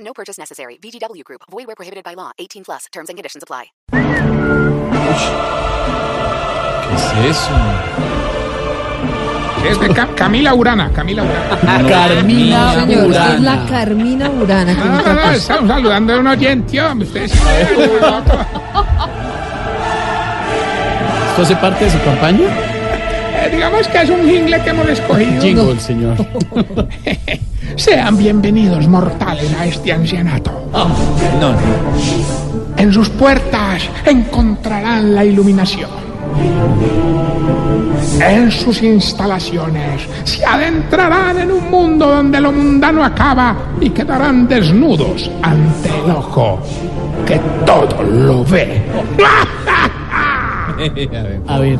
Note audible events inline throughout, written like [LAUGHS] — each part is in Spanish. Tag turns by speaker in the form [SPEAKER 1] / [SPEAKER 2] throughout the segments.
[SPEAKER 1] No purchase necessary. VGW Group. Void where prohibited by law. 18 plus. Terms and conditions apply.
[SPEAKER 2] ¿Qué es eso?
[SPEAKER 3] Es de Cam- Camila Urana, Camila Urana.
[SPEAKER 2] Carmina
[SPEAKER 4] Señor, es la Carmina Burana. que
[SPEAKER 3] No,
[SPEAKER 4] me
[SPEAKER 3] no, no,
[SPEAKER 2] [LAUGHS]
[SPEAKER 4] está
[SPEAKER 3] estamos saludando a un oyente, hombre. Ustedes saben.
[SPEAKER 2] ¿Esto hace parte de su campaña?
[SPEAKER 3] Eh, digamos que es un jingle que hemos escogido.
[SPEAKER 2] Jingle, señor.
[SPEAKER 3] [LAUGHS] Sean bienvenidos, mortales, a este ancianato.
[SPEAKER 2] No, no. [LAUGHS]
[SPEAKER 3] En sus puertas encontrarán la iluminación. En sus instalaciones se adentrarán en un mundo donde lo mundano acaba y quedarán desnudos ante el ojo que todo lo ve. [LAUGHS]
[SPEAKER 2] A ver,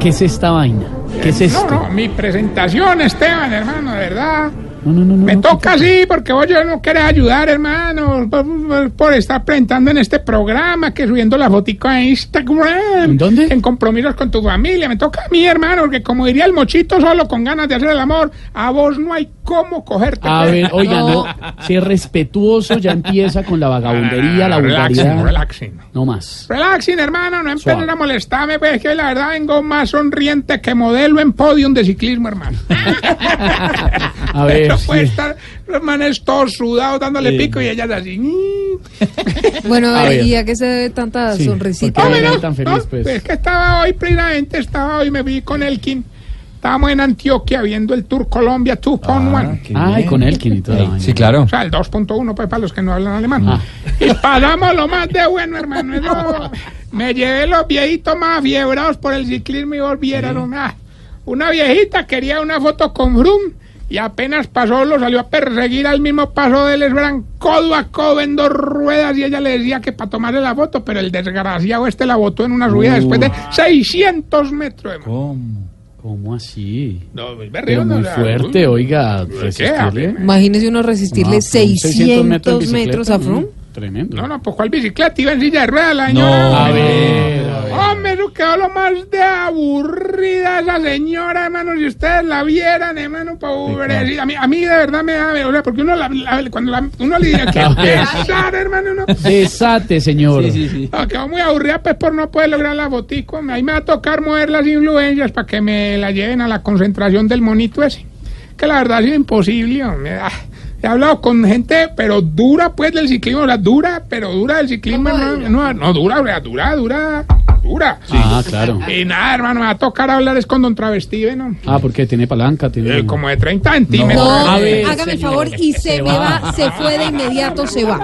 [SPEAKER 2] ¿qué es esta vaina? ¿Qué es
[SPEAKER 3] No,
[SPEAKER 2] esto?
[SPEAKER 3] no, mi presentación, Esteban, hermano, de verdad.
[SPEAKER 2] No, no, no. no,
[SPEAKER 3] Me
[SPEAKER 2] no,
[SPEAKER 3] toca así porque vos yo no querés ayudar, hermano, por, por- por estar presentando en este programa, que subiendo la fotico a Instagram.
[SPEAKER 2] ¿En dónde?
[SPEAKER 3] En compromisos con tu familia. Me toca a mí, hermano, porque como diría el mochito solo con ganas de hacer el amor, a vos no hay cómo cogerte.
[SPEAKER 2] A
[SPEAKER 3] pues. [LAUGHS]
[SPEAKER 2] ver, oiga, no.
[SPEAKER 4] No.
[SPEAKER 2] Si es respetuoso, ya empieza con la vagabundería,
[SPEAKER 3] Ah,
[SPEAKER 2] la
[SPEAKER 3] Relaxing,
[SPEAKER 2] vulgaridad.
[SPEAKER 3] relaxing.
[SPEAKER 2] No más.
[SPEAKER 3] Relaxing, hermano, no
[SPEAKER 2] Suave.
[SPEAKER 3] empiecen a molestarme, pues es que la verdad vengo más sonriente que modelo en podium de ciclismo, hermano. [LAUGHS]
[SPEAKER 2] A ver.
[SPEAKER 3] Eso
[SPEAKER 2] Pues sí.
[SPEAKER 3] puede estar los manes todos sudados dándole
[SPEAKER 2] Sí.
[SPEAKER 3] pico y ellas así. mm.
[SPEAKER 4] Bueno,
[SPEAKER 2] A
[SPEAKER 4] a
[SPEAKER 2] ver.
[SPEAKER 4] ver, ¿y a qué se debe tanta
[SPEAKER 2] Sí,
[SPEAKER 4] sonrisita?
[SPEAKER 2] porque-
[SPEAKER 3] No,
[SPEAKER 2] era
[SPEAKER 3] no,
[SPEAKER 2] tan feliz,
[SPEAKER 3] no,
[SPEAKER 2] pues.
[SPEAKER 3] Es que estaba hoy, precisamente estaba hoy, me vi con Elkin. Estábamos en Antioquia viendo el Tour
[SPEAKER 2] Ah,
[SPEAKER 3] Colombia 2.1.
[SPEAKER 2] Ay, con Elkin y toda la vaina. Sí, claro.
[SPEAKER 3] o sea, el 2.1 pues, para los que no hablan alemán.
[SPEAKER 2] Ah.
[SPEAKER 3] Y pasamos lo más de bueno, hermano. eso. me llevé los viejitos más fiebrados por el ciclismo y volvieron. Una, una viejita quería una foto con Brum y apenas pasó, lo salió a perseguir al mismo paso de él. Eran codo a codo en dos ruedas y ella le decía que para tomarle la foto, pero el desgraciado este la botó en una subida
[SPEAKER 2] Uh.
[SPEAKER 3] después de 600 metros. hermano.
[SPEAKER 2] ¿Cómo así?
[SPEAKER 3] No, me
[SPEAKER 2] Pero
[SPEAKER 3] río, no,
[SPEAKER 2] muy
[SPEAKER 3] o sea,
[SPEAKER 2] fuerte, oiga. pues,
[SPEAKER 3] hable?
[SPEAKER 2] Resistirle.
[SPEAKER 4] Imagínese uno resistirle
[SPEAKER 2] No, son
[SPEAKER 4] 600
[SPEAKER 2] en
[SPEAKER 4] metros,
[SPEAKER 2] bicicleta,
[SPEAKER 4] a
[SPEAKER 2] mm,
[SPEAKER 4] Froome.
[SPEAKER 2] Tremendo.
[SPEAKER 3] No, no, pues cuál bicicleta, iba en silla de ruedas la señora.
[SPEAKER 2] A ver, a ver.
[SPEAKER 3] Hombre, eso quedó lo más de aburrida esa señora, hermano. Si ustedes la vieran, hermano, pobrecita. A mí, a mí de verdad me da, o sea, porque uno, la, la- cuando la- uno le dice que pesar, hermano, uno.
[SPEAKER 2] Desate, señor. Sí, sí, sí.
[SPEAKER 3] No, quedó muy aburrida, pues, por no poder lograr la botico. Ahí me va a tocar mover las influencias para que me la lleven a la concentración del monito ese. Que la verdad ha sido imposible, hombre. Ah, He hablado con gente, pero dura, pues, del ciclismo. O sea, dura, pero dura del ciclismo, hermano. No, no, dura, o sea, dura, dura, dura.
[SPEAKER 2] Ah, claro.
[SPEAKER 3] Y nada, hermano, me va a tocar hablar es con don travesti, ¿no?
[SPEAKER 2] Ah, porque tiene palanca, tiene.
[SPEAKER 3] Eh, como de 30 centímetros.
[SPEAKER 4] No,
[SPEAKER 2] A ver,
[SPEAKER 4] hágame el
[SPEAKER 2] señor,
[SPEAKER 4] favor y se, me
[SPEAKER 2] se va.
[SPEAKER 4] va. se fue de inmediato, se va.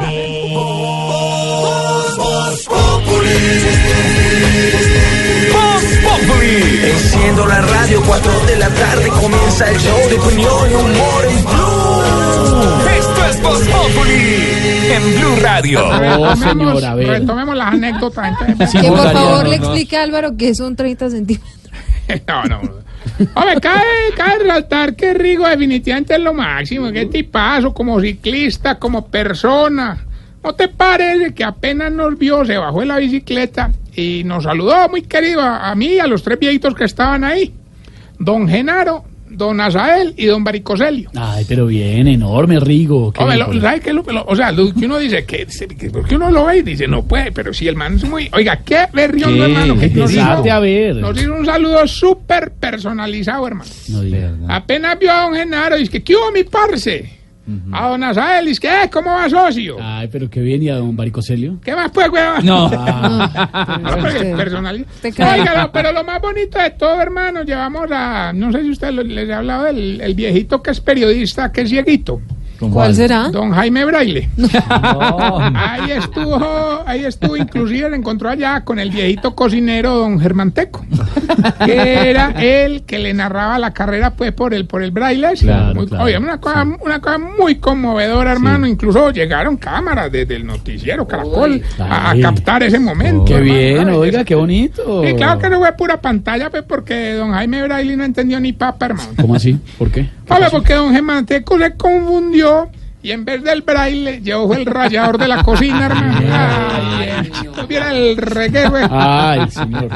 [SPEAKER 5] Enciendo la radio, 4 de la tarde comienza el show de opinión y humor en Blue. Esto es Voz Populi en Blue Radio.
[SPEAKER 3] A ver,
[SPEAKER 2] No,
[SPEAKER 3] retomemos-
[SPEAKER 2] señor, a ver.
[SPEAKER 3] Retomemos las anécdotas. entonces. [LAUGHS]
[SPEAKER 2] Sí,
[SPEAKER 4] Que por
[SPEAKER 2] Bolariano,
[SPEAKER 4] favor le
[SPEAKER 2] no.
[SPEAKER 4] explique a Álvaro que son 30 centímetros.
[SPEAKER 3] no, no. Hombre, cabe, cabe resaltar que Rigo definitivamente es lo máximo. Qué tipazo, como ciclista, como persona. ¿No te parece que apenas nos vio, se bajó de la bicicleta y nos saludó muy querido a, a mí y a los tres viejitos que estaban ahí? Don Genaro, don Azael y don Baricoselio.
[SPEAKER 2] Ay, pero bien, enorme, Rigo. qué
[SPEAKER 3] Hombre, lo-
[SPEAKER 2] rico.
[SPEAKER 3] ¿sabe qué es lo- lo- o sea, lo que uno dice, que, que- porque uno lo ve y dice, no puede, pero si el man es muy... Oiga, qué berrión,
[SPEAKER 2] ¿Qué?
[SPEAKER 3] hermano. Que nos,
[SPEAKER 2] Desate,
[SPEAKER 3] hizo,
[SPEAKER 2] a ver.
[SPEAKER 3] nos hizo un saludo súper personalizado, hermano.
[SPEAKER 2] No diga.
[SPEAKER 3] Apenas vio a don Genaro y dice, que, ¿qué hubo, mi parce? A don Azael y dice, que, "Eh, ¿cómo va, socio?
[SPEAKER 2] Ay, pero qué bien, y a don Baricoselio.
[SPEAKER 3] ¿Qué más, pues, weón? [LAUGHS]
[SPEAKER 2] Ah.
[SPEAKER 6] Ah,
[SPEAKER 3] Ah,
[SPEAKER 4] No, pero usted- te
[SPEAKER 3] personalizado.
[SPEAKER 4] cae.
[SPEAKER 3] Oiga, no, pero lo más bonito de todo, hermano, llevamos a... No sé si usted lo- les he hablado del el viejito que es periodista, que es cieguito.
[SPEAKER 4] ¿Cuál será?
[SPEAKER 3] Don Jaime Braille. Ahí estuvo, ahí estuvo, inclusive se encontró allá con el viejito cocinero don Germanteco, que era el que le narraba la carrera pues por el por el Braille.
[SPEAKER 6] Claro,
[SPEAKER 3] Muy-
[SPEAKER 6] claro,
[SPEAKER 3] oye, una cosa,
[SPEAKER 6] sí.
[SPEAKER 3] una cosa muy conmovedora, hermano. Incluso llegaron cámaras desde el noticiero Caracol a, a
[SPEAKER 6] Ay.
[SPEAKER 3] captar ese momento.
[SPEAKER 6] Qué
[SPEAKER 3] hermano.
[SPEAKER 6] bien,
[SPEAKER 3] Ay,
[SPEAKER 6] oiga, qué bonito.
[SPEAKER 3] Sí, claro que no fue pura pantalla, pues, porque don Jaime Braille no entendió ni papa, hermano.
[SPEAKER 6] ¿Cómo así? ¿Por qué?
[SPEAKER 3] Hombre, porque don Gemanteco se confundió y en vez del braille llevó el rayador de [LAUGHS] la cocina, hermano. Ay, el chico, viera el reguero. eh.
[SPEAKER 6] Ay, señor.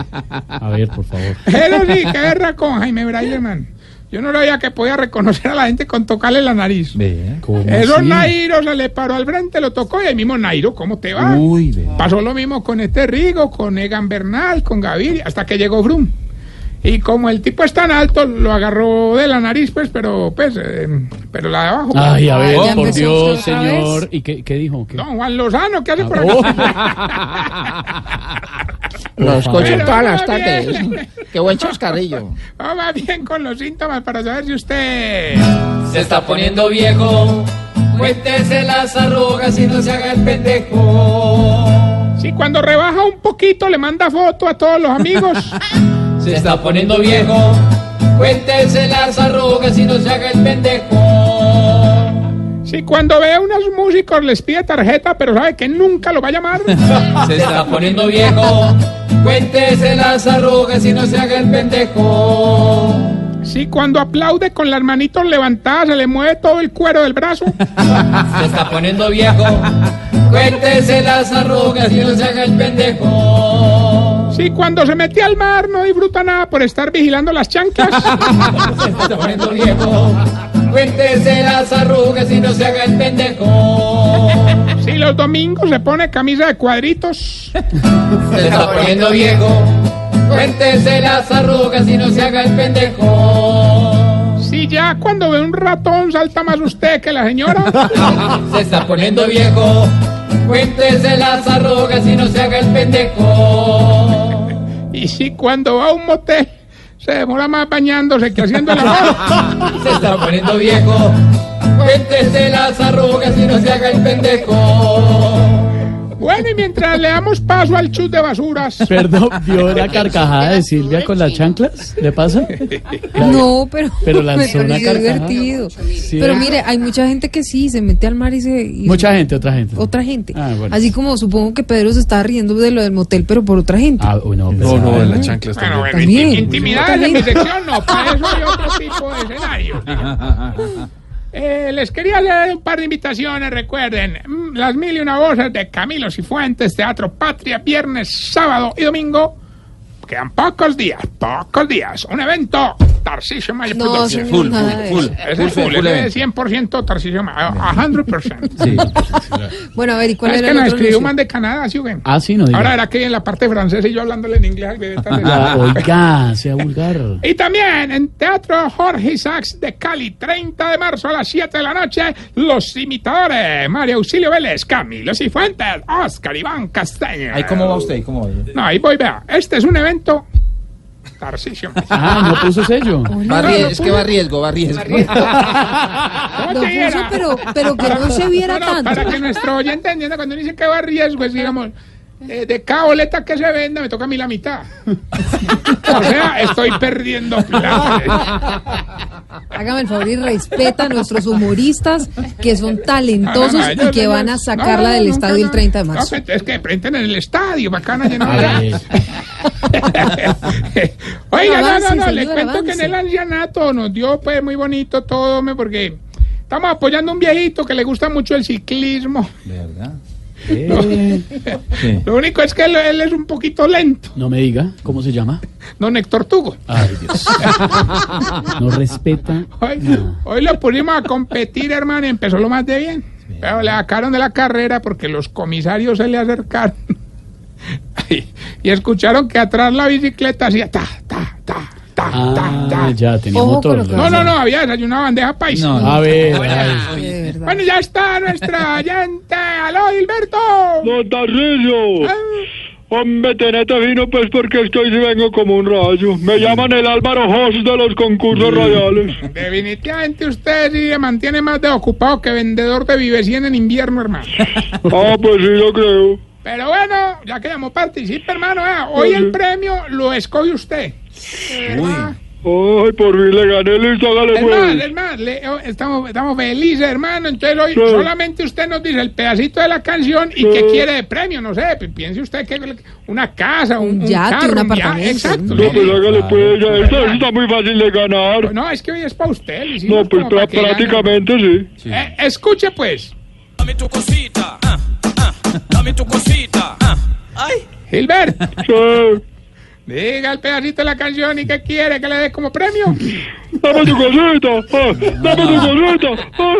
[SPEAKER 6] A ver, por favor.
[SPEAKER 3] Pero sí, qué guerra con Jaime Braille, hermano. Yo no sabía que podía reconocer a la gente con tocarle la nariz.
[SPEAKER 6] ¿Cómo
[SPEAKER 3] Eso
[SPEAKER 6] así?
[SPEAKER 3] Nairo se le paró al frente, lo tocó y ahí mismo Nairo, ¿cómo te va?
[SPEAKER 6] Uy, ve.
[SPEAKER 3] Pasó lo mismo con este Rigo, con Egan Bernal, con Gaviria, hasta que llegó Brum. Y como el tipo es tan alto, lo agarró de la nariz, pues, pero, pues, eh, pero la de abajo.
[SPEAKER 6] Ay, a ver,
[SPEAKER 4] Ay, ya
[SPEAKER 6] por
[SPEAKER 4] empezó
[SPEAKER 6] Dios,
[SPEAKER 4] usted otra
[SPEAKER 3] Oh.
[SPEAKER 6] señor.
[SPEAKER 4] vez.
[SPEAKER 6] ¿Y qué, qué dijo? ¿Qué?
[SPEAKER 3] Don Juan Lozano, ¿qué
[SPEAKER 7] Ah,
[SPEAKER 3] hace por [LAUGHS]
[SPEAKER 6] Oh.
[SPEAKER 7] pues,
[SPEAKER 3] acá?
[SPEAKER 6] Por favor.
[SPEAKER 3] Pero
[SPEAKER 7] pues, todas las
[SPEAKER 3] va bien.
[SPEAKER 7] tardes. [LAUGHS] Qué buen
[SPEAKER 3] [LAUGHS]
[SPEAKER 7] chascarrillo.
[SPEAKER 3] Va bien con los síntomas para saber si usted...
[SPEAKER 8] Se está poniendo viejo, cuéntese las arrugas y no se haga el pendejo.
[SPEAKER 3] Si cuando rebaja un poquito le manda foto a todos
[SPEAKER 7] [LAUGHS]
[SPEAKER 3] los amigos.
[SPEAKER 8] Se está poniendo viejo, cuéntese las arrugas y no se haga el pendejo.
[SPEAKER 3] si cuando ve a unos músicos les pide tarjeta, pero sabe que nunca lo va a
[SPEAKER 7] [LAUGHS]
[SPEAKER 3] llamar.
[SPEAKER 8] Se está poniendo viejo, cuéntese las arrugas y no se haga el pendejo.
[SPEAKER 3] Si cuando aplaude con las manitos levantadas se le mueve todo el cuero
[SPEAKER 7] [LAUGHS]
[SPEAKER 3] del brazo.
[SPEAKER 8] Se está poniendo viejo, cuéntese las arrugas y no se haga el pendejo.
[SPEAKER 3] Si cuando se mete al mar no disfruta nada por estar vigilando las chanclas.
[SPEAKER 7] [LAUGHS]
[SPEAKER 8] Se está poniendo viejo, cuéntese las arrugas y no se haga el pendejo.
[SPEAKER 3] Si los domingos se pone camisa de cuadritos.
[SPEAKER 8] Se está poniendo viejo. Cuéntese las arrugas y no se haga el pendejo.
[SPEAKER 3] Si ya cuando ve un ratón salta más usted que la señora.
[SPEAKER 8] [LAUGHS] Se está poniendo viejo. Cuéntese las arrugas y no se haga el pendejo.
[SPEAKER 3] Y si cuando va a un motel se demora más bañándose que haciendo el amor.
[SPEAKER 8] Se está poniendo viejo. Cuéntese las arrugas y no se haga el pendejo.
[SPEAKER 3] Bueno, y mientras le damos paso al chus de basuras.
[SPEAKER 6] Perdón, ¿vio
[SPEAKER 3] [LAUGHS]
[SPEAKER 6] la carcajada de Silvia con las chanclas? ¿Le pasa?
[SPEAKER 4] No, pero,
[SPEAKER 6] Pero lanzó
[SPEAKER 4] [LAUGHS] me
[SPEAKER 6] una
[SPEAKER 4] pareció
[SPEAKER 6] carcajada.
[SPEAKER 4] divertido.
[SPEAKER 6] Sí.
[SPEAKER 4] Pero mire, hay mucha gente que sí, se mete al mar y se... y-
[SPEAKER 6] Mucha gente, otra gente.
[SPEAKER 3] Oh.
[SPEAKER 4] Otra gente.
[SPEAKER 6] Ah, bueno.
[SPEAKER 4] Así como supongo que Pedro se está riendo de lo del motel, pero por otra gente.
[SPEAKER 6] Ah, uy, no,
[SPEAKER 9] No, no,
[SPEAKER 6] pesado.
[SPEAKER 9] en las chanclas
[SPEAKER 3] Bueno,
[SPEAKER 9] también.
[SPEAKER 3] bueno,
[SPEAKER 4] También.
[SPEAKER 3] inti- intimidades
[SPEAKER 4] También.
[SPEAKER 3] en mi sección no, para eso hay otro tipo de escenario. Eh, les quería leer un par de invitaciones, recuerden, mm, las mil y una voces de Camilo Cifuentes, Teatro Patria, viernes, sábado y domingo. Quedan pocos días, pocos días. Un evento, Tarcisio Maya
[SPEAKER 4] No,
[SPEAKER 3] Productions.
[SPEAKER 4] señor, nada de eso.
[SPEAKER 3] Ese Es full, ese es 100% Tarcisio Maya, 100%.
[SPEAKER 4] Bueno, a ver, ¿y cuál
[SPEAKER 3] es
[SPEAKER 4] era
[SPEAKER 3] Ah, que
[SPEAKER 4] el
[SPEAKER 3] nos
[SPEAKER 4] otro
[SPEAKER 3] escribió un man
[SPEAKER 4] anuncio?
[SPEAKER 3] de Canadá, ¿sí, güey?
[SPEAKER 6] Ah, sí, no diga.
[SPEAKER 3] Ahora era que en la parte francesa y yo hablándole en inglés al bebé tan
[SPEAKER 6] Ah,
[SPEAKER 3] delgado.
[SPEAKER 6] oiga, sea vulgar.
[SPEAKER 3] Y también en Teatro Jorge Isaacs de Cali, 30 de marzo a las 7 de la noche, Los Imitadores, Mario Auxilio Vélez, Camilo Cifuentes, Oscar Iván Castaño.
[SPEAKER 7] Ahí cómo va usted, cómo va.
[SPEAKER 3] No, ahí voy, vea. Este es un evento... Tarcisio.
[SPEAKER 6] Ah, no puso sello.
[SPEAKER 7] Va rie- es que va riesgo, va riesgo.
[SPEAKER 3] ¿Cómo
[SPEAKER 4] Don
[SPEAKER 3] te
[SPEAKER 4] Fonso,
[SPEAKER 3] viera?
[SPEAKER 4] pero, pero que no se viera
[SPEAKER 3] No, no, Para que
[SPEAKER 4] tanto.
[SPEAKER 3] nuestro oyente entienda, cuando dicen que va a riesgo, es digamos, eh, de cada boleta que se venda, me toca a mí la mitad. [LAUGHS] o sea, estoy perdiendo plata.
[SPEAKER 4] Hágame el favor y respeta a nuestros humoristas que son talentosos
[SPEAKER 3] Ah, no, no,
[SPEAKER 4] y que
[SPEAKER 3] no,
[SPEAKER 4] van
[SPEAKER 3] no,
[SPEAKER 4] a sacarla
[SPEAKER 3] no,
[SPEAKER 4] del
[SPEAKER 3] no,
[SPEAKER 4] estadio
[SPEAKER 3] nunca,
[SPEAKER 4] el 30 de
[SPEAKER 3] no.
[SPEAKER 4] marzo.
[SPEAKER 3] No, pues, es que prenden en el estadio, bacana llenar. [LAUGHS]
[SPEAKER 6] Ay,
[SPEAKER 3] Oiga, no, no,
[SPEAKER 4] Avance,
[SPEAKER 3] no, les
[SPEAKER 4] señor,
[SPEAKER 3] cuento que en
[SPEAKER 4] avance.
[SPEAKER 3] el ancianato nos dio pues muy bonito todo, hombre, porque estamos apoyando a un viejito que le gusta mucho el ciclismo. [LAUGHS]
[SPEAKER 7] ¿Verdad?
[SPEAKER 3] Lo único es que él, él es un poquito lento,
[SPEAKER 6] No me diga, ¿cómo se llama?
[SPEAKER 3] don Héctor Tugo.
[SPEAKER 6] Ay, Dios. No respeta.
[SPEAKER 3] Hoy, hoy lo pusimos a competir, hermano, y empezó lo más de bien. Pero le sacaron de la carrera porque los comisarios se le acercaron. [LAUGHS] Ay, y escucharon que atrás la bicicleta hacía ta, ta, ta, ta, ta,
[SPEAKER 6] Ah,
[SPEAKER 3] ta.
[SPEAKER 6] ya, tenía
[SPEAKER 4] Ojo
[SPEAKER 6] motor.
[SPEAKER 4] con lo que
[SPEAKER 3] No, no, no, había desayunado bandeja paisa.
[SPEAKER 6] A ver, a ver.
[SPEAKER 4] De verdad.
[SPEAKER 3] Bueno,
[SPEAKER 6] [LAUGHS]
[SPEAKER 3] ya está nuestra oyente. ¡Aló, Gilberto!
[SPEAKER 9] Don Tarrillo, Hombre, tenete fino pues porque estoy si vengo como un rayo. Me llaman el Álvaro Hoss de los
[SPEAKER 10] Mm.
[SPEAKER 9] concursos radiales.
[SPEAKER 3] Definitivamente usted sí se mantiene más desocupado que vendedor de vivecien en
[SPEAKER 6] [LAUGHS]
[SPEAKER 3] invierno, hermano.
[SPEAKER 9] Ah, pues sí, lo creo.
[SPEAKER 3] Pero bueno, ya que llamó participa, hermano. vea, hoy el premio lo escoge usted. ¿verdad?
[SPEAKER 9] Ay, por fin le gané, listo, hágale
[SPEAKER 3] Es más,
[SPEAKER 9] pues.
[SPEAKER 3] es más, le- oh, estamos, estamos felices, hermano. Entonces hoy
[SPEAKER 9] Sí.
[SPEAKER 3] solamente usted nos dice el pedacito de la canción y
[SPEAKER 9] Sí.
[SPEAKER 3] qué quiere de premio, no sé. pi- Piense usted que una casa, un,
[SPEAKER 4] Un
[SPEAKER 3] un
[SPEAKER 4] yate,
[SPEAKER 3] carro,
[SPEAKER 4] un
[SPEAKER 3] un viaje,
[SPEAKER 4] apartamento.
[SPEAKER 3] Exacto.
[SPEAKER 9] No, pues hágale pues, ya, esto
[SPEAKER 3] Claro.
[SPEAKER 9] está muy fácil de
[SPEAKER 3] Pues
[SPEAKER 9] ganar.
[SPEAKER 3] No, es que hoy es para usted. le hicimos
[SPEAKER 9] No, pues
[SPEAKER 3] como para que gane.
[SPEAKER 9] prácticamente sí.
[SPEAKER 3] Eh, escuche pues,
[SPEAKER 5] Dame tu cosita, ah, ah, dame tu cosita, ah. Ay.
[SPEAKER 3] Gilbert,
[SPEAKER 9] Sí.
[SPEAKER 3] diga el pedacito de la canción y qué quiere que le dé como premio.
[SPEAKER 9] [LAUGHS] Dame tu cosita, ah, dame tu cosita, ah.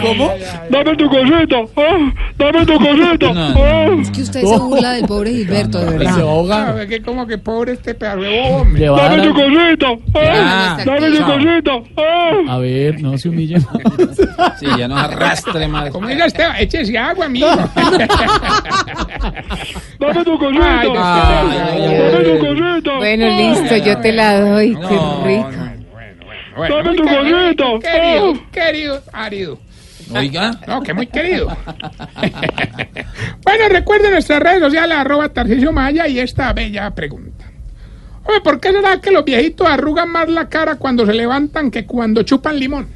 [SPEAKER 7] ¿Cómo?
[SPEAKER 9] Dame tu cosita, ah, dame tu cosita, ah.
[SPEAKER 4] Que usted se burla del pobre Gilberto,
[SPEAKER 7] [LAUGHS]
[SPEAKER 4] de
[SPEAKER 7] Se
[SPEAKER 4] verdad.
[SPEAKER 3] Ah,
[SPEAKER 7] ahoga.
[SPEAKER 3] es que como que pobre este pedazo de hombre.
[SPEAKER 6] Le va a
[SPEAKER 9] Dame
[SPEAKER 6] dar
[SPEAKER 9] tu
[SPEAKER 6] a-
[SPEAKER 9] cosita, ah,
[SPEAKER 7] Ya,
[SPEAKER 9] dame tu
[SPEAKER 7] chao.
[SPEAKER 9] cosita, ah.
[SPEAKER 6] A ver, no se humille.
[SPEAKER 7] Sí, ya nos arrastre más.
[SPEAKER 3] Como dice Esteban, échese agua, amigo. Ay, ay,
[SPEAKER 9] Dame tu cosita,
[SPEAKER 7] ay,
[SPEAKER 9] dame tu cosita.
[SPEAKER 11] Bueno, listo, yo te la doy. Qué rico.
[SPEAKER 3] Bueno,
[SPEAKER 9] Dame
[SPEAKER 3] muy
[SPEAKER 9] tu
[SPEAKER 3] querido,
[SPEAKER 9] cosita.
[SPEAKER 3] Querido,
[SPEAKER 9] Ah.
[SPEAKER 3] querido, árido.
[SPEAKER 7] Oiga.
[SPEAKER 3] No, que muy querido. bueno, recuerden nuestras redes sociales, arroba Tarcisio Maya y esta bella pregunta. Hombre, ¿por qué será que los
[SPEAKER 9] [LAUGHS]
[SPEAKER 3] viejitos arrugan más la cara cuando se levantan que cuando chupan limón?